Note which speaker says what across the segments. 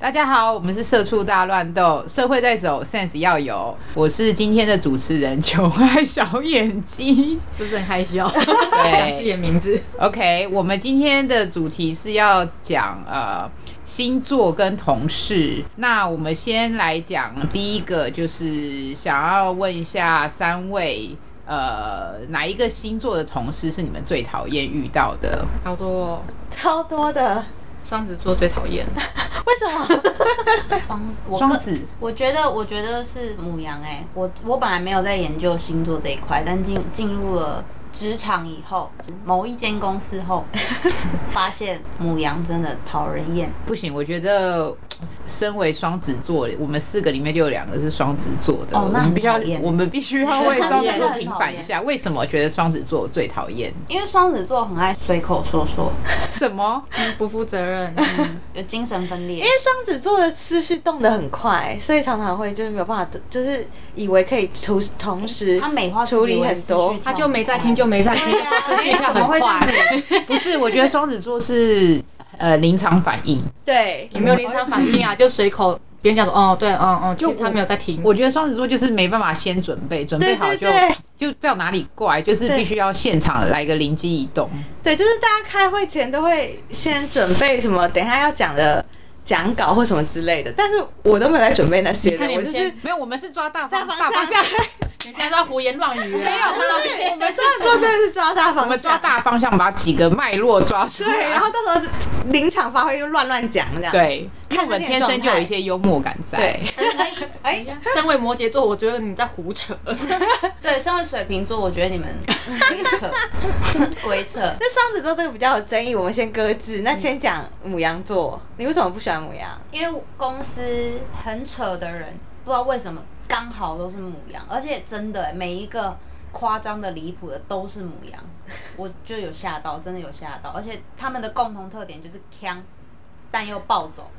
Speaker 1: 大家好，我们是社畜大乱斗，社会在走，sense 要有。我是今天的主持人九爱小眼睛。
Speaker 2: 是不是很害羞？
Speaker 1: 对
Speaker 2: 讲自己的名字，
Speaker 1: OK，我们今天的主题是要讲呃星座跟同事。那我们先来讲第一个，就是想要问一下三位，呃，哪一个星座的同事是你们最讨厌遇到的？
Speaker 2: 好多、哦、
Speaker 3: 超多的，
Speaker 2: 双子座最讨厌，
Speaker 3: 为什么？
Speaker 4: 我
Speaker 1: 双
Speaker 4: 个
Speaker 1: 子
Speaker 4: 我觉得，我觉得是母羊哎、我我本来没有在研究星座这一块，但进进入了职场以后，某一间公司 后，发现母羊真的讨人厌。
Speaker 1: 不行，我觉得呃身为双子座，我们四个里面就有两个是双子座的，
Speaker 4: 哦那
Speaker 1: 我们必须要
Speaker 4: 很讨，厌
Speaker 1: 我们必须要为双子座平
Speaker 4: 很讨
Speaker 1: 反一
Speaker 4: 厌
Speaker 1: 下。为什么觉得双子座最讨厌？
Speaker 4: 因为双子座很爱随口说说，
Speaker 1: 什么？
Speaker 2: 不负责任。
Speaker 4: 有精神分裂
Speaker 3: 因为。双子座的思绪动得很快，所以常常会就是没有办法，就是以为可以同同时
Speaker 4: 他美化自己
Speaker 3: 处理
Speaker 4: 为
Speaker 3: 很
Speaker 4: 思
Speaker 3: 多
Speaker 4: 绪，
Speaker 2: 他就没在听，就没在听，思绪跳
Speaker 4: 啊怎
Speaker 2: 很
Speaker 4: 么会这样
Speaker 2: 快
Speaker 4: 子，
Speaker 1: 不是，我觉得双子座是呃临场反应。
Speaker 3: 对
Speaker 2: 也没有临场反应啊，就随口别人讲说，哦，对，嗯嗯，其
Speaker 1: 就
Speaker 2: 实他没有在听。
Speaker 1: 我觉得双子座就是没办法先准备，准备好就
Speaker 3: 对对
Speaker 1: 就不知道哪里怪，就是必须要现场来个灵机一动。
Speaker 3: 对，就是大家开会前都会先准备什么，等一下要讲的讲稿或什么之类的，但是我都没有在准备那些
Speaker 2: 你
Speaker 3: 的，
Speaker 2: 看你
Speaker 3: 我
Speaker 2: 们
Speaker 3: 就是
Speaker 2: 先。
Speaker 1: 没有，我们是抓大
Speaker 3: 大
Speaker 1: 方
Speaker 3: 方
Speaker 1: 大
Speaker 3: 向
Speaker 1: 方向，，
Speaker 2: 你现在在胡言乱语，啊没有
Speaker 3: 对，我们双子座真的是抓大方向，
Speaker 1: 我们抓大方向，把几个脉络抓出 来。
Speaker 3: 对，然后到时候临场发挥就乱乱讲这样，
Speaker 1: 对，因为
Speaker 3: 看
Speaker 1: 我们
Speaker 3: 那
Speaker 1: 天
Speaker 3: 天
Speaker 1: 生就
Speaker 3: 状
Speaker 1: 有
Speaker 3: 态
Speaker 1: 一些幽默感在。
Speaker 3: 对，
Speaker 4: 哎、
Speaker 2: 身为摩羯座，我觉得你在胡扯。
Speaker 4: 对，身为水瓶座，我觉得你们 鬼扯，鬼扯。
Speaker 3: 那双子座这个比较有争议，我们先搁置。那先讲母羊座，你为什么不喜欢母羊？
Speaker 4: 因为公司很扯的人，不知道为什么刚好都是母羊，而且真的、每一个夸张的离谱的都是母羊， 我就有吓到，真的有吓到。而且他们的共同特点就是强，但又暴走，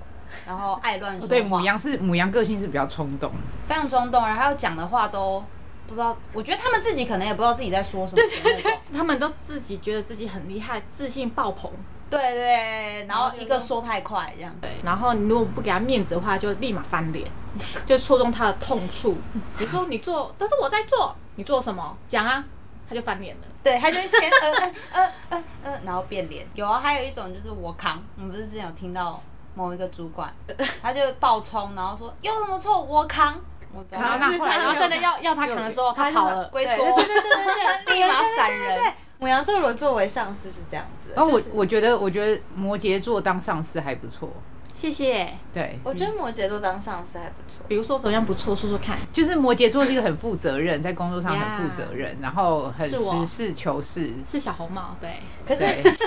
Speaker 4: 然后爱乱说话，
Speaker 1: 对，母羊是母羊个性是比较冲动，
Speaker 4: 非常冲动，然后讲的话都不知道，我觉得他们自己可能也不知道自己在说什么的那种。
Speaker 2: 他们都自己觉得自己很厉害，自信爆棚。
Speaker 4: 对对对，然后一个说太快这样。对，
Speaker 2: 然后你如果不给他面子的话，就立马翻脸， 就戳中他的痛处。比如说你做，但是我在做，你做什么？讲啊，他就翻脸了。
Speaker 4: 对，他就会先呃呃呃呃呃，然后变脸。有啊，还有一种就是我扛，我们不是之前有听到某一个主管，他就爆冲，然后说有什么错我扛，我懂
Speaker 1: 然后那后来
Speaker 2: 然后真的要要他扛的时候，他跑了。
Speaker 4: 龟缩
Speaker 3: 对，对对对对对，
Speaker 4: 立马闪人。
Speaker 3: 母羊座如果作为上司是这样子，
Speaker 2: 哦
Speaker 1: 然后我
Speaker 3: 就是
Speaker 1: 我觉得我觉得摩羯座当上司还不错，
Speaker 2: 谢谢。
Speaker 1: 对，
Speaker 3: 我觉得摩羯座当上司还不错。
Speaker 2: 比如说什么样不错，说说看。
Speaker 1: 就是摩羯座是一个很负责任，在工作上很负责任，然后很
Speaker 2: 是我
Speaker 1: 实事求是，
Speaker 2: 是小红帽，对，
Speaker 3: 可是
Speaker 1: 对。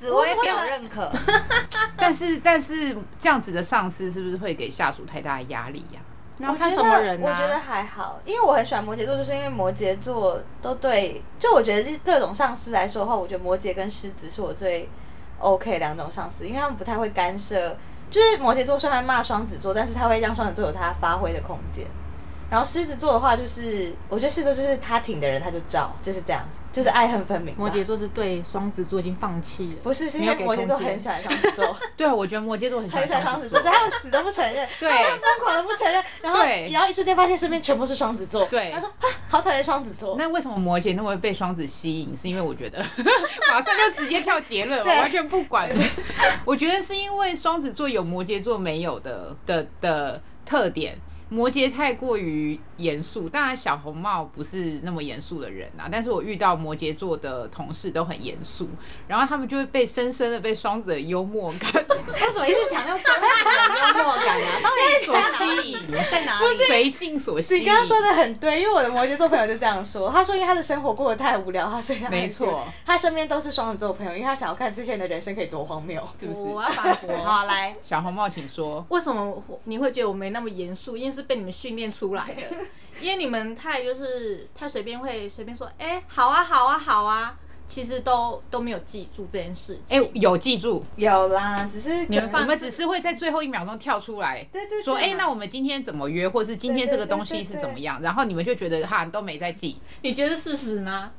Speaker 4: 紫薇没有认可，
Speaker 1: 但是但是这样子的上司是不是会给下属太大的压力呀、
Speaker 2: 然
Speaker 3: 我
Speaker 2: 后
Speaker 3: 觉
Speaker 2: 看
Speaker 3: 得
Speaker 2: 什么人
Speaker 3: 我觉得
Speaker 2: 啊？
Speaker 3: 还好，因为我很喜欢摩羯座，就是因为摩羯座都对，就我觉得就是各种上司来说的话，我觉得摩羯跟狮子是我最 OK 两种上司，因为他们不太会干涉。就是摩羯座虽然骂双子座，但是他会让双子座有他发挥的空间。然后狮子座的话，就是我觉得狮子座就是他挺的人他就照，就是这样，就是爱恨分明吧。
Speaker 2: 摩羯座是对双子座已经放弃了，
Speaker 3: 不是，是
Speaker 2: 没
Speaker 3: 因
Speaker 2: 有
Speaker 3: 为
Speaker 2: 给
Speaker 3: 摩羯座
Speaker 2: 空间
Speaker 3: 很喜欢双子座，
Speaker 1: 对啊，我觉得摩羯座很喜欢
Speaker 3: 很喜欢
Speaker 1: 上
Speaker 3: 双
Speaker 1: 司
Speaker 3: 子座，所以他们死都不承认，
Speaker 1: 对
Speaker 3: 他们疯狂的不承认，然后
Speaker 1: 对
Speaker 3: 然后一瞬间发现身边全部是双子座，
Speaker 1: 对
Speaker 3: 他说啊，好讨厌双子座，
Speaker 1: 那为什么摩羯那么被双子吸引？是因为我觉 得马上就直接跳结论，我
Speaker 3: 对
Speaker 1: 完全不管。 我觉得是因为双子座有摩羯座没有的的的特点。摩羯太过于严肃，当然小红帽不是那么严肃的人啊，但是我遇到摩羯座的同事都很严肃，然后他们就会被深深的被双子的幽默 感
Speaker 4: 为什么一直强调双子的幽默感啊？ 到底
Speaker 1: 所吸引，
Speaker 4: 在哪里？
Speaker 1: 随性所吸引。
Speaker 3: 你刚刚说的很对，因为我的摩羯座朋友就这样说，他说因为他的生活过得太无聊，他所以他很
Speaker 1: 没错
Speaker 3: 喜欢，他身边都是双子座朋友，因为他想要看这些人的人生可以多荒谬。
Speaker 1: 是不是？
Speaker 2: 我要反驳。
Speaker 4: 好来，
Speaker 1: 小红帽，请说。
Speaker 2: 为什么我你会觉得我没那么严肃？因为是被你们训练出来的， 因为你们太就是太随便会随便说，哎、好啊，好啊，好啊，其实都都没有记住这件事
Speaker 1: 哎、
Speaker 2: 情。
Speaker 1: 有记住，
Speaker 3: 有啦，只是
Speaker 2: 你们
Speaker 1: 我
Speaker 2: 放
Speaker 1: 们只是会在最后一秒钟跳出来，
Speaker 3: 对对对
Speaker 1: 说哎、那我们今天怎么约，或是今天这个东西是怎么样，然后你们就觉得哈都没在记，
Speaker 2: 你觉得是事实吗？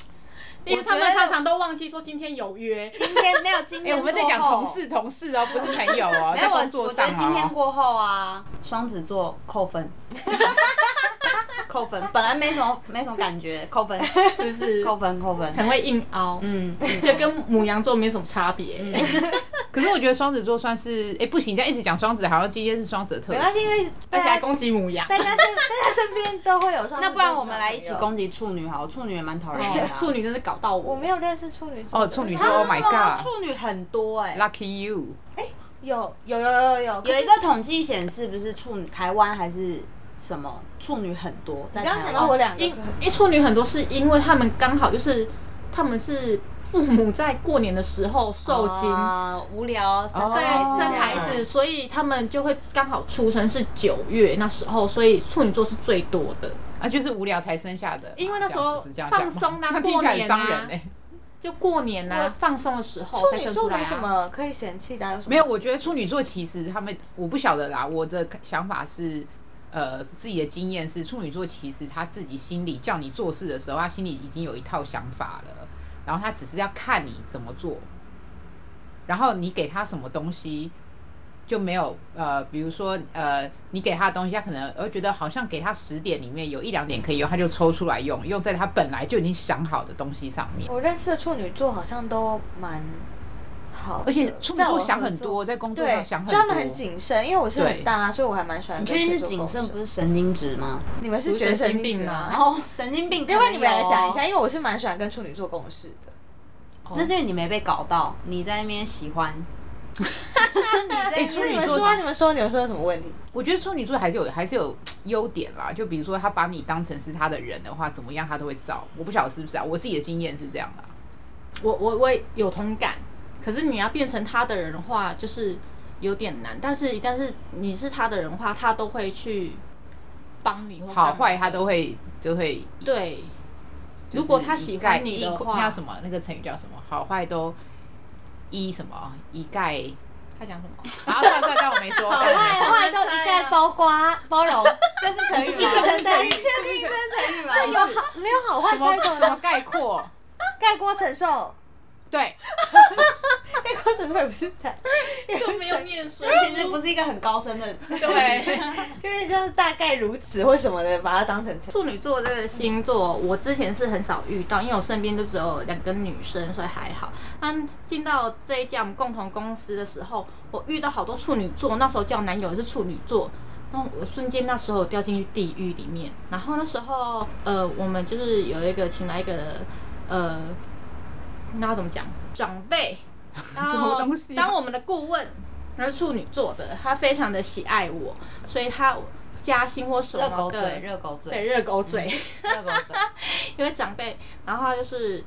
Speaker 2: 因为
Speaker 4: 我
Speaker 2: 他
Speaker 4: 觉
Speaker 2: 们
Speaker 4: 得
Speaker 2: 常常都忘记说今天有约。
Speaker 4: 今天没有
Speaker 1: 哎、
Speaker 4: 今 天，
Speaker 1: 我们在讲同。事，同事哦，不是朋友 哦，
Speaker 4: 没
Speaker 1: 在
Speaker 4: 有我，
Speaker 1: 工作
Speaker 4: 我觉
Speaker 1: 上
Speaker 4: 得今天
Speaker 1: 哦。
Speaker 4: 过后啊，双子座扣分， 扣分。本来没什么没什么感觉，扣分，
Speaker 2: 是不是
Speaker 4: 扣分，扣分。
Speaker 2: 很会硬凹？
Speaker 4: 嗯，
Speaker 2: 就跟母羊座没什么差别。
Speaker 1: 可是我觉得双子座算是，哎、不行，这样一直讲双子，好像今天是双子的特
Speaker 3: 没
Speaker 1: 辑
Speaker 3: 关。系，因为
Speaker 2: 而且还
Speaker 3: 大家
Speaker 2: 攻击母羊。
Speaker 3: 大家身大家身边都会有上。
Speaker 4: 那不然我们来一起，攻击处女好了，处女也蛮讨人厌的啊。
Speaker 2: 哦处女真是搞到我，
Speaker 3: 我没有认识处女座
Speaker 1: 哦
Speaker 3: 的
Speaker 1: 处女
Speaker 4: 啊
Speaker 1: 座 Oh my god
Speaker 4: 处女很多哎。
Speaker 1: Lucky you，
Speaker 3: 有有有有有
Speaker 4: 有一个统计显示，不是处女台湾还是什么处女很多，在
Speaker 3: 你刚
Speaker 4: 台
Speaker 3: 刚
Speaker 4: 湾
Speaker 3: 想到我两个
Speaker 2: 因因处女很多是因为他们刚好就是他们是父母在过年的时候受精。
Speaker 4: 啊无聊，生
Speaker 1: 哦
Speaker 2: 对，
Speaker 4: 孩
Speaker 2: 生
Speaker 4: 子
Speaker 2: 孩子，所以他们就会刚好出生是九月那时候，所以处女座是最多的，
Speaker 1: 啊，就是无聊才生下的嘛，啊
Speaker 2: 因为那时
Speaker 1: 这
Speaker 2: 候
Speaker 1: 样子是这样讲吗
Speaker 2: 放松啊
Speaker 1: 那听起来很伤人
Speaker 2: 过
Speaker 1: 哎、
Speaker 2: 年就过年呐、放松的时候
Speaker 3: 处
Speaker 2: 才
Speaker 3: 女
Speaker 2: 生
Speaker 3: 座
Speaker 2: 出来、
Speaker 3: 没什
Speaker 2: 啊。
Speaker 3: 么可以嫌弃的啊，什么
Speaker 1: 没有，我觉得处女座其实他们，我不晓得啦。我的想法是，呃，自己的经验是，处女座其实他自己心里叫你做事的时候，他心里已经有一套想法了，然后他只是要看你怎么做，然后你给他什么东西。就没有呃，比如说呃，你给他的东西，他可能呃觉得好像给他十点里面有一两点可以用，他就抽出来用，用在他本来就已经想好的东西上面。
Speaker 3: 我认识的处女座好像都蛮好的，
Speaker 1: 而且处女
Speaker 3: 在我
Speaker 1: 座想很
Speaker 3: 合作
Speaker 1: 多，在工作上
Speaker 3: 对，
Speaker 1: 想很
Speaker 3: 就
Speaker 1: 多，
Speaker 3: 他们很谨慎，因为我是
Speaker 1: 对
Speaker 3: 很大啦，所以我还蛮喜欢
Speaker 4: 你
Speaker 3: 跟
Speaker 4: 确定
Speaker 3: 处女
Speaker 4: 是
Speaker 3: 座
Speaker 4: 谨
Speaker 3: 共
Speaker 4: 慎
Speaker 3: 事
Speaker 4: 不是神经质吗？
Speaker 3: 你们是觉得神经质
Speaker 2: 啊
Speaker 3: 吗？
Speaker 4: 哦，神经病。
Speaker 3: 要不然你们两
Speaker 4: 可
Speaker 3: 个
Speaker 4: 能
Speaker 3: 讲
Speaker 4: 有
Speaker 3: 一下，因为我是蛮喜欢跟处女座共事的。
Speaker 2: 哦
Speaker 4: 那是因为你没被搞到，你在那边喜 欢。
Speaker 1: 哎、处
Speaker 3: 那你
Speaker 1: 女
Speaker 3: 们
Speaker 1: 座
Speaker 3: 说啊，你们说，你们说有什么问题？
Speaker 1: 我觉得处女座还是有还是有优点啦，就比如说他把你当成是他的人的话，怎么样他都会照。我不晓得是不是啊，我自己的经验是这样啦。
Speaker 2: 我我我也有同感，可是你要变成他的人的话，就是有点难。但是但是你是他的人的话，他都会去帮你或干嘛
Speaker 1: 好坏他都会就会。
Speaker 2: 对。
Speaker 1: 就是
Speaker 2: 如果他喜欢你
Speaker 1: 一概
Speaker 2: 的
Speaker 1: 一
Speaker 2: 话，
Speaker 1: 那什么那个成语叫什么？好坏都一什么一概。
Speaker 2: 他讲什么？
Speaker 1: 然后算了算了算了，我没说。但我没
Speaker 3: 坏
Speaker 1: 说
Speaker 3: 坏都一概包瓜包容，
Speaker 4: 这是成
Speaker 3: 一起承担。
Speaker 4: 确定这是成语吗？
Speaker 3: 有好没有好坏
Speaker 1: 什么哎
Speaker 3: 概括
Speaker 1: 什么概括？
Speaker 3: 概括承受，
Speaker 1: 对，
Speaker 3: 概括承受也不是太，
Speaker 2: 就没有念书，
Speaker 4: 这其实不是一个很高深的，
Speaker 2: 对。
Speaker 3: 因为就是大概如此或什么的，把它当成成。
Speaker 2: 处女座这个星座，我之前是很少遇到，因为我身边就只有两个女生，所以还好。但进到这一家我们共同公司的时候，我遇到好多处女座，那时候叫男友也是处女座，然后我瞬间那时候掉进去地狱里面。然后那时候，呃，我们就是有一个请来一个，呃，那要怎么讲，长 辈，然
Speaker 1: 什么
Speaker 2: 后
Speaker 1: 东西啊
Speaker 2: 当我们的顾问。他是处女座的，他非常的喜爱我，所以他加薪或什么
Speaker 4: 热
Speaker 2: 的，
Speaker 4: 狗嘴，热狗
Speaker 2: 对，
Speaker 4: 嘴，
Speaker 2: 热狗嘴，
Speaker 4: 热狗嘴。
Speaker 2: 因为长辈，然后他就是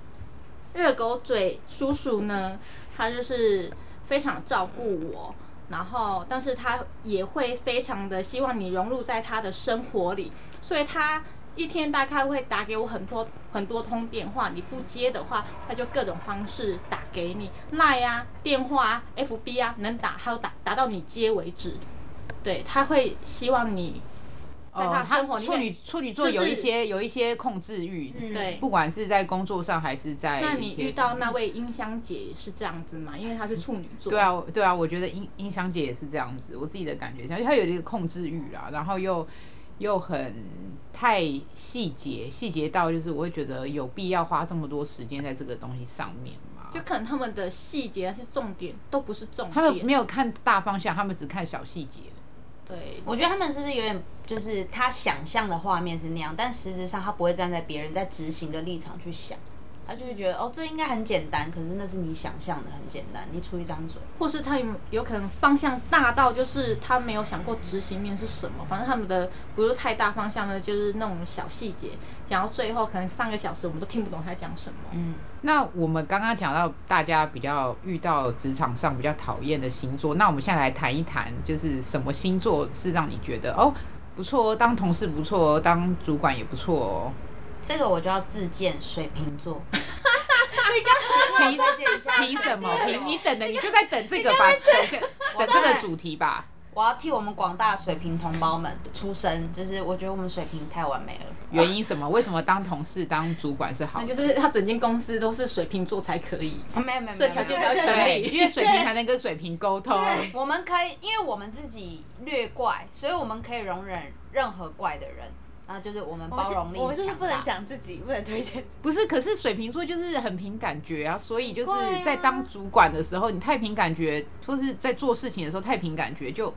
Speaker 2: 热狗嘴叔叔呢，他就是非常照顾我，然后但是他也会非常的希望你融入在他的生活里，所以他。一天大概会打给我很多很多通电话，你不接的话，他就各种方式打给你，赖啊、电话啊、FB 啊，能打他都打，打到你接为止。对，他会希望你在他
Speaker 1: 哦
Speaker 2: 的，
Speaker 1: 他
Speaker 2: 生活里
Speaker 1: 处
Speaker 2: 面
Speaker 1: 女处女座
Speaker 2: 就是
Speaker 1: 有一些有一些控制欲，
Speaker 2: 对
Speaker 1: 不管是在工作上还是在
Speaker 2: 那
Speaker 1: 一
Speaker 2: 你
Speaker 1: 些
Speaker 2: 遇
Speaker 1: 什
Speaker 2: 到
Speaker 1: 么
Speaker 2: 那位音箱姐也是这样子嘛？因为她是处女座，
Speaker 1: 对，啊，我对啊，我觉得音音响姐也是这样子，我自己的感觉，像她有一个控制欲啦，然后又又很太细节，细节到就是我会觉得有必要花这么多时间在这个东西上面吗？
Speaker 2: 就可能他们的细节还是重点都不是重点，
Speaker 1: 他们没有看大方向，他们只看小细节。
Speaker 2: 对
Speaker 4: 我觉得他们是不是有点，就是他想象的画面是那样，但实质上他不会站在别人在执行的立场去想，他就会觉得哦，这应该很简单，可是那是你想象的很简单，你出一张嘴，
Speaker 2: 或是他有有可能方向大到就是他没有想过执行面是什么，反正他们的不是太大方向呢，就是那种小细节，讲到最后可能上个小时我们都听不懂他讲什么。
Speaker 4: 嗯，
Speaker 1: 那我们刚刚讲到大家比较遇到职场上比较讨厌的星座，那我们现在来谈一谈，就是什么星座是让你觉得哦不错哦，当同事不错哦，当主管也不错哦。
Speaker 4: 这个我就要自荐水瓶 座，
Speaker 1: 凭
Speaker 4: 推荐一下
Speaker 1: 凭什么？
Speaker 4: 水瓶
Speaker 1: 凭
Speaker 4: 座
Speaker 1: 你等的，你就在等这个吧，等这等这个主题吧。
Speaker 4: 我要替我们广大水瓶同胞们出声，就是我觉得我们水瓶太完美了。
Speaker 1: 原因什么？为什么当同事、当主管是好
Speaker 2: 那
Speaker 1: 的？
Speaker 2: 就是他整间公司都是水瓶座才可以，
Speaker 4: 啊没有没有，没
Speaker 2: 这
Speaker 4: 有
Speaker 2: 条件才会成
Speaker 1: 对，啊
Speaker 2: 立。
Speaker 1: 因为水瓶才能跟水瓶沟通。
Speaker 4: 我们可以，因为我们自己略怪，所以我们可以容忍任何怪的人。然后就是我们
Speaker 3: 我
Speaker 4: 包
Speaker 3: 们是
Speaker 4: 容力
Speaker 3: 我们就是
Speaker 4: 强
Speaker 3: 不能
Speaker 4: 大
Speaker 3: 讲自己，不能推荐自己。
Speaker 1: 不是，可是水瓶座就是很凭感觉啊，所以就是
Speaker 3: 对啊
Speaker 1: 在当主管的时候，你太凭感觉，或是在做事情的时候太凭感觉，就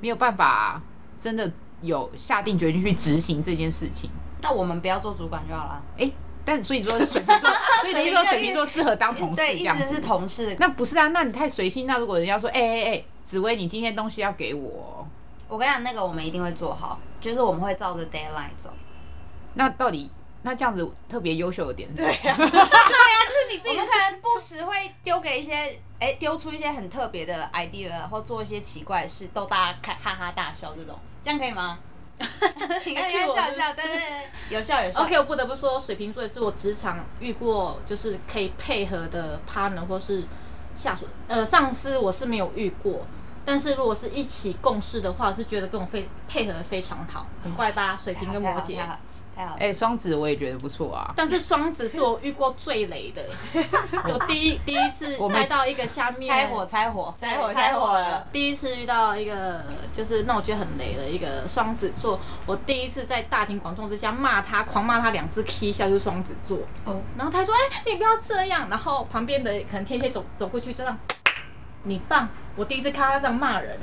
Speaker 1: 没有办法真的有下定决心去执行这件事情。
Speaker 4: 那我们不要做主管就好了。
Speaker 1: 哎、但所以你说水瓶座，所以你是说水瓶座适合当同事
Speaker 4: 对，
Speaker 1: 这
Speaker 4: 一
Speaker 1: 样
Speaker 4: 直是
Speaker 1: 子？
Speaker 4: 同事。
Speaker 1: 那不是啊，那你太随性。那如果人家说，哎哎哎，紫薇，你今天东西要给我哦，
Speaker 4: 我跟你讲，那个我们一定会做好，就是我们会照着 deadline 走。
Speaker 1: 那到底那这样子特别优秀的点是什么？
Speaker 3: 对呀、
Speaker 4: 就是你自己，我们可能不时会丢给一些，哎，丢出一些很特别的 idea，或做一些奇怪的事，逗大家看哈哈大笑这种，这样可以 吗？你看，你看，哎笑一笑，对对对， 有笑有笑。
Speaker 2: OK，我不得不说，水瓶座也是我职场遇过就是可以配合的 partner 或是下属，呃，上司我是没有遇过，但是如果是一起共事的话，我是觉得跟我非配合的非常好，很怪吧？水瓶跟摩羯
Speaker 4: 嗯太。好了，太好了。
Speaker 1: 哎、双子我也觉得不错啊。
Speaker 2: 但是双子是我遇过最雷 的，我第一第一次
Speaker 1: 我们
Speaker 2: 待到一个下面
Speaker 4: 拆火， 拆火，
Speaker 3: 拆火
Speaker 4: 拆
Speaker 3: 拆火了。
Speaker 2: 第一次遇到一个就是那我觉得很雷的一个双子座，我第一次在大庭广众之下骂他，狂骂他两次 K 一下就是双子座。
Speaker 4: 哦，
Speaker 2: 然后他说：“哎、你不要这样。”然后旁边的可能天蝎走走过去就这样，你棒！我第一次看他这样骂人，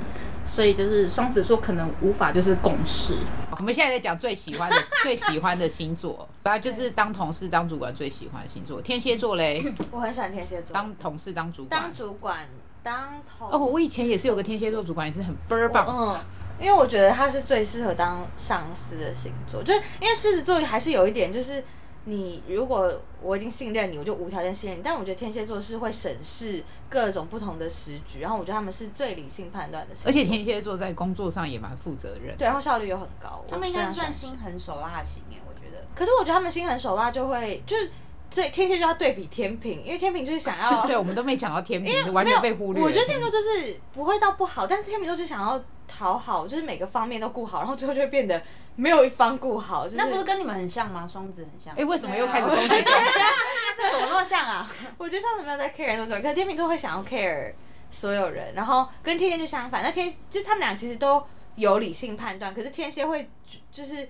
Speaker 2: 所以就是双子座可能无法就是共识。
Speaker 1: 我们现在在讲最喜欢 的最喜欢的星座，主要就是当同事、当主管最喜欢的星座。天蝎座嘞，
Speaker 3: 我很喜欢天蝎座，
Speaker 1: 当同事、当主管
Speaker 3: 当。主管，当同
Speaker 1: 哦，我以前也是有个天蝎座主管，也是很倍儿
Speaker 4: 哦
Speaker 1: 棒。
Speaker 3: 嗯，因为我觉得他是最适合当上司的星座，就是因为狮子座还是有一点，就是你如果我已经信任你，我就无条件信任你。但我觉得天蝎座是会审视各种不同的时局，然后我觉得他们是最理性判断的星座，
Speaker 1: 而且天蝎座在工作上也蛮负责任。
Speaker 3: 对，然后效率又很高。
Speaker 4: 他们应该是
Speaker 3: 我非常
Speaker 4: 算心狠手辣型哎，我觉得。
Speaker 3: 可是我觉得他们心狠手辣，就会就是所以天蝎就要对比天平，因为天平就是 想要
Speaker 1: 对，我们都没讲到天平，完全被忽略。
Speaker 3: 我觉得天秤座就是不会到不好，但是天秤座就想要讨好，就是每个方面都顾好，然后最后就会变得没有一方顾好。就
Speaker 4: 那不是跟你们很像吗？双子很像，
Speaker 1: 哎，为什么又开始攻击双子？
Speaker 4: 那怎么那么像 啊？
Speaker 3: 我觉得上次没有在 care 那种，可是天秤座会想要 care 所有人，然后跟天蝎就相反。那天就是他们俩其实都有理性判断，可是天蝎会就就是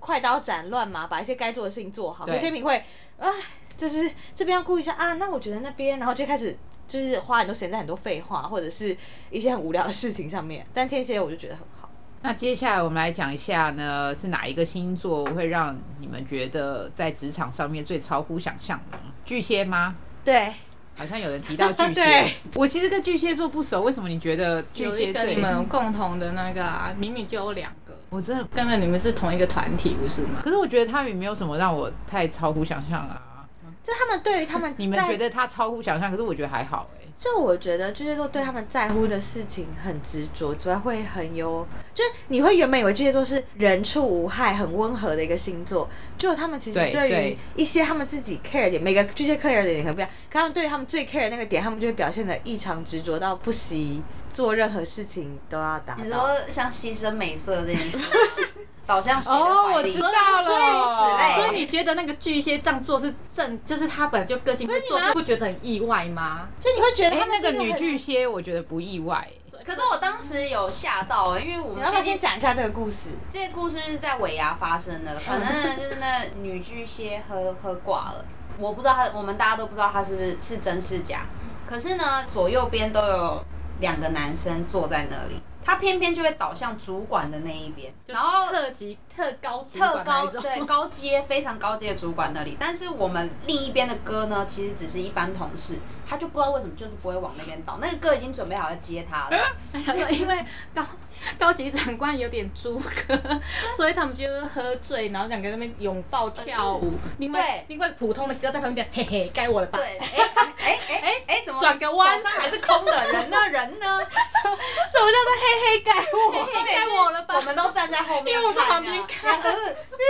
Speaker 3: 快刀斩乱麻，把一些该做的事情做好。可
Speaker 1: 对
Speaker 3: 是天平会，哎，就是这边要顾一下啊，那我觉得那边，然后就开始就是花很多时间在很多废话或者是一些很无聊的事情上面。但天蝎我就觉得很好。
Speaker 1: 那接下来我们来讲一下呢，是哪一个星座会让你们觉得在职场上面最超乎想象呢？巨蟹吗？
Speaker 3: 对，
Speaker 1: 好像有人提到巨蟹
Speaker 3: 对。
Speaker 1: 我其实跟巨蟹座不熟，为什么你觉得巨
Speaker 2: 有
Speaker 1: 蟹
Speaker 2: 一个
Speaker 1: 最
Speaker 2: 你？们共同的那个啊，明明就有两个，
Speaker 1: 我真的
Speaker 2: 刚刚你们是同一个团体不是吗？
Speaker 1: 可是我觉得他也没有什么让我太超乎想象啊。
Speaker 3: 就他们对于他们
Speaker 1: 你们
Speaker 3: 在
Speaker 1: 觉得他超乎想象，可是我觉得还好哎、
Speaker 3: 就我觉得巨蟹座对他们在乎的事情很执着，之外会很有，就是你会原本以为巨蟹座是人畜无害、很温和的一个星座，就他们其实
Speaker 1: 对
Speaker 3: 对于
Speaker 1: 对
Speaker 3: 一些他们自己 care 的点，每个巨蟹 care 的点可能不一样，可他们对于他们最 care 的那个点，他们就会表现的异常执着到不惜做任何事情都要达
Speaker 1: 哎
Speaker 4: 你
Speaker 3: 到。
Speaker 4: 说像牺牲美色这件事， 导向谁的
Speaker 1: 哦，
Speaker 4: 怀
Speaker 1: 我
Speaker 4: 里
Speaker 1: 知道了。
Speaker 4: 所
Speaker 2: 所以你觉得那个巨蟹这样做是正，就是他本来就个性会做，是不觉得很意外吗？
Speaker 3: 就你会觉得
Speaker 1: 哎、
Speaker 3: 他们
Speaker 1: 那
Speaker 3: 是
Speaker 1: 个
Speaker 3: 一
Speaker 1: 女
Speaker 3: 很
Speaker 1: 巨蟹，我觉得不意外、欸
Speaker 4: 可是我当时有吓到、欸，因为我
Speaker 3: 你
Speaker 4: 们
Speaker 3: 要不
Speaker 4: 毕竟
Speaker 3: 要先讲一下这个 故事？
Speaker 4: 这个故事是在尾牙发生的，反正呢就是那女巨蟹喝喝挂了，我不知道她，我们大家都不知道她是不是是真是假。可是呢，左右边都有两个男生坐在那里，她偏偏就会倒向主管的那一边，然后
Speaker 2: 特级特高主
Speaker 4: 特
Speaker 2: 管那
Speaker 4: 高
Speaker 2: 一种
Speaker 4: 对高阶非常高阶的主管那里，但是我们另一边的哥呢，其实只是一般同事，他就不知道为什么就是不会往那边倒，那个哥已经准备好要接他了。
Speaker 2: 他说因为高高级长官有点猪哥， 所以他们就是喝醉，然后两个人在那边拥抱跳舞。另外
Speaker 4: 对
Speaker 2: 另外普通的哥在旁边，嘿嘿，该我了吧？
Speaker 4: 对，哎哎哎哎哎，怎么
Speaker 2: 转个弯啊
Speaker 4: 手上还是空的？人呢？人呢？
Speaker 3: 什么叫做黑黑盖我？
Speaker 4: 重点是
Speaker 2: 该我了吧
Speaker 4: 我们都站在后面看啊，
Speaker 2: 因为我在旁边看
Speaker 4: 然后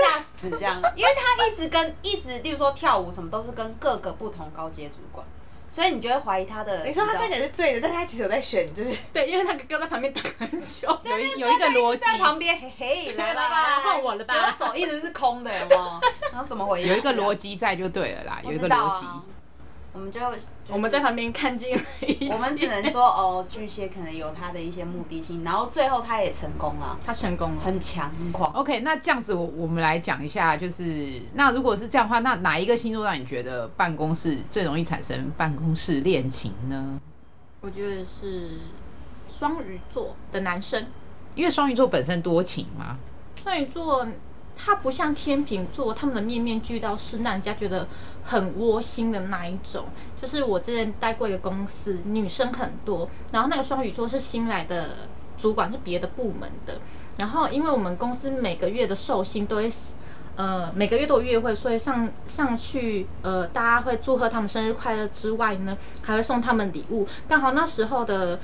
Speaker 4: 吓死这样。因为他一直跟一直，例如说跳舞什么，都是跟各个不同高阶主管，所以你就会怀疑他的。
Speaker 3: 你说他看起
Speaker 4: 知道
Speaker 3: 来是醉的，但他其实有在选，就是
Speaker 2: 对，因为他哥哥在旁边打很久，
Speaker 1: 有一有一个逻
Speaker 4: 在旁
Speaker 1: 辑，
Speaker 4: 边，嘿嘿，
Speaker 2: 来
Speaker 4: 来吧
Speaker 2: 吧
Speaker 4: 来
Speaker 2: 来
Speaker 4: 吧，
Speaker 2: 吧换我了吧
Speaker 4: 结果手一直是空的，有没有？然后怎么回事啊？
Speaker 1: 有一个逻辑在就对了啦，有
Speaker 4: 我
Speaker 1: 一
Speaker 4: 知
Speaker 1: 个
Speaker 4: 道
Speaker 1: 逻辑。
Speaker 4: 啊，我们就
Speaker 2: 我们在旁边看进了一切
Speaker 4: 我们只能说哦，巨蟹可能有他的一些目的性，然后最后他也成功了，
Speaker 2: 他成功了。
Speaker 4: 很强很狂。
Speaker 1: OK，那这样子我我们来讲一下，就是那如果是这样的话，那哪一个星座让你觉得办公室最容易产生办公室恋情呢？
Speaker 2: 我觉得是双鱼座的男生，
Speaker 1: 因为双鱼座本身多情嘛，
Speaker 2: 双鱼座他不像天秤座，他们的面面俱到是让人家觉得很窝心的那一种。就是我之前待过一个公司，女生很多，然后那个双鱼座是新来的主管，是别的部门的。然后因为我们公司每个月的寿星都会。呃，每个月都有月会，所以上上去，呃，大家会祝贺他们生日快乐之外呢，还会送他们礼物。刚好那时候的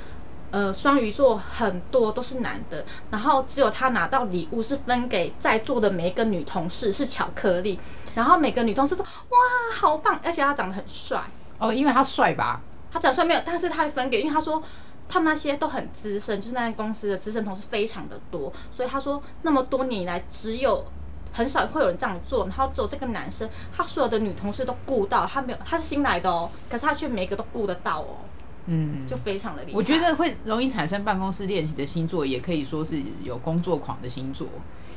Speaker 2: 呃，双鱼座很多都是男的，然后只有他拿到礼物是分给在座的每一个女同事是巧克力，然后每个女同事说哇好棒，而且他长得很帅，
Speaker 1: 哦，因为他帅吧，
Speaker 2: 他长得帅没有，但是他还分给，因为他说他们那些都很资深，就是那间公司的资深同事非常的多，所以他说那么多年以来只有。很少会有人这样做，然后只有这个男生，他所有的女同事都顾到，他没有，他是新来的哦，可是他却每一个都顾得到哦，
Speaker 1: 嗯，
Speaker 2: 就非常的厉害。
Speaker 1: 我觉得会容易产生办公室恋情的星座，也可以说是有工作狂的星座。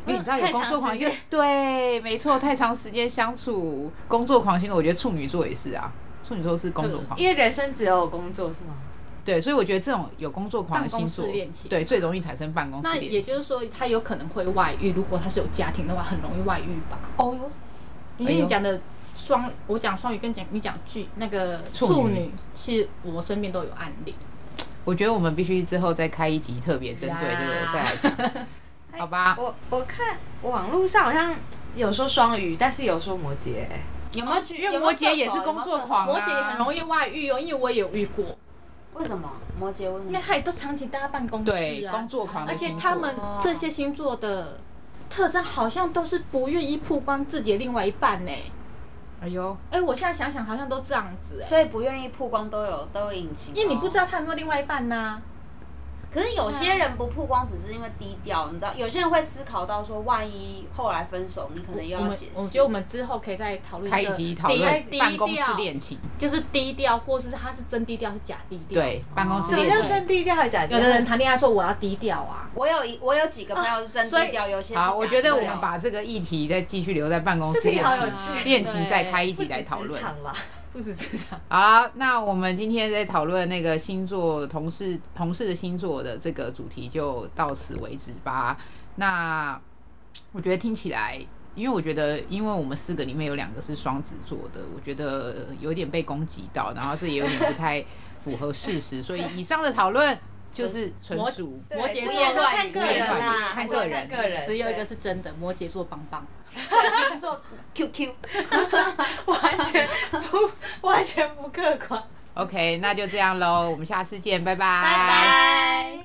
Speaker 1: 因为你知道有工作狂，
Speaker 2: 嗯太长时
Speaker 1: 因
Speaker 2: 间
Speaker 1: 为对，没错，太长时间相处，工作狂星座，我觉得处女座也是啊，处女座是工作狂，
Speaker 2: 嗯
Speaker 3: 因为人生只有工作是吗？
Speaker 1: 对，所以我觉得这种有工作狂的星座
Speaker 2: 办公室恋，情
Speaker 1: 对，最容易产生办公室
Speaker 2: 那
Speaker 1: 恋
Speaker 2: 也
Speaker 1: 情。
Speaker 2: 就是说，他有可能会外遇，如果他是有家庭的话，很容易外遇吧？
Speaker 4: 哦哟，
Speaker 2: 因
Speaker 1: 哎
Speaker 2: 为
Speaker 1: 呦
Speaker 2: 你讲的双，我讲双鱼跟讲你讲巨那个
Speaker 1: 处
Speaker 2: 处
Speaker 1: 女
Speaker 2: 女，其实我身边都有案例。
Speaker 1: 我觉得我们必须之后再开一集特别针对这个
Speaker 2: 呀
Speaker 1: 再来讲， 好吧？
Speaker 3: 我我看网络上好像有说双鱼，但是有说摩羯、
Speaker 4: 有没有举？
Speaker 1: 因为
Speaker 4: 有没有
Speaker 1: 摩羯也
Speaker 4: 射手
Speaker 1: 是工作
Speaker 4: 有没有射手
Speaker 1: 狂
Speaker 2: 摩羯也很容易外遇哦，因为我也有遇过，
Speaker 4: 为什么？摩羯为什
Speaker 2: 因为
Speaker 4: 么？
Speaker 2: 他也都长期待在办公室
Speaker 1: 对，
Speaker 2: 啊，
Speaker 1: 工作狂的
Speaker 2: 而
Speaker 1: 星
Speaker 2: 且
Speaker 1: 座，
Speaker 2: 他们这些星座的特征好像都是不愿意曝光自己的另外一半呢、
Speaker 1: 哎呦，
Speaker 2: 哎、我现在想想好像都这样子、哎
Speaker 4: 所以不愿意曝光都有都有隐情，
Speaker 2: 因为你
Speaker 1: 哦
Speaker 2: 不知道他有没有另外一半呐、
Speaker 4: 可是有些人不曝光，只是因为低调，你知道？有些人会思考到说，万一后来分手，你可能又
Speaker 2: 我
Speaker 4: 要
Speaker 2: 们
Speaker 4: 解释。
Speaker 2: 我觉得我们之后可以再讨论
Speaker 1: 开
Speaker 2: 一
Speaker 1: 一
Speaker 2: 个
Speaker 1: 集讨论
Speaker 2: 低
Speaker 1: 办公
Speaker 2: 低
Speaker 1: 室
Speaker 2: 调
Speaker 1: 恋情，
Speaker 2: 就是低调，或是他是真低调，是假低调。，
Speaker 1: 对，办公室
Speaker 3: 什么
Speaker 1: 恋
Speaker 3: 叫
Speaker 1: 情。
Speaker 3: 真低调还是假低
Speaker 2: 有
Speaker 3: 调？
Speaker 2: 的人谈恋爱说我要低调啊，
Speaker 4: 我有一我有几个朋友是真低调，有些是假
Speaker 1: 好，
Speaker 4: 的
Speaker 1: 我觉得我们把这个议题再继续留在办公室
Speaker 3: 这题
Speaker 1: 恋
Speaker 3: 好有
Speaker 1: 情
Speaker 3: 趣
Speaker 1: 恋情
Speaker 2: 对
Speaker 1: 再开一集
Speaker 3: 不止
Speaker 1: 来讨
Speaker 3: 职
Speaker 1: 论。
Speaker 3: 场吧，
Speaker 2: 不止职场。
Speaker 1: 好啦，那我们今天在讨论那个星座同事同事的星座的这个主题就到此为止吧。那我觉得听起来，因为我觉得，因为我们四个里面有两个是双子座的，我觉得有点被攻击到，然后这也有点不太符合事实，所以以上的讨论就是纯
Speaker 2: 摩
Speaker 1: 属
Speaker 3: 对
Speaker 2: 摩羯
Speaker 3: 这
Speaker 2: 座
Speaker 3: 也是要看个人
Speaker 1: 摩羯
Speaker 3: 啦
Speaker 1: 座，看
Speaker 3: 这
Speaker 1: 个
Speaker 3: 也是要
Speaker 1: 人
Speaker 3: 看个人。
Speaker 2: 只有一个
Speaker 3: 对
Speaker 2: 是真的，摩羯座棒棒。
Speaker 4: 星座 QQ，
Speaker 3: 完全 不完全不客观。
Speaker 1: OK，那就这样喽，我们下次见，拜
Speaker 3: 拜拜。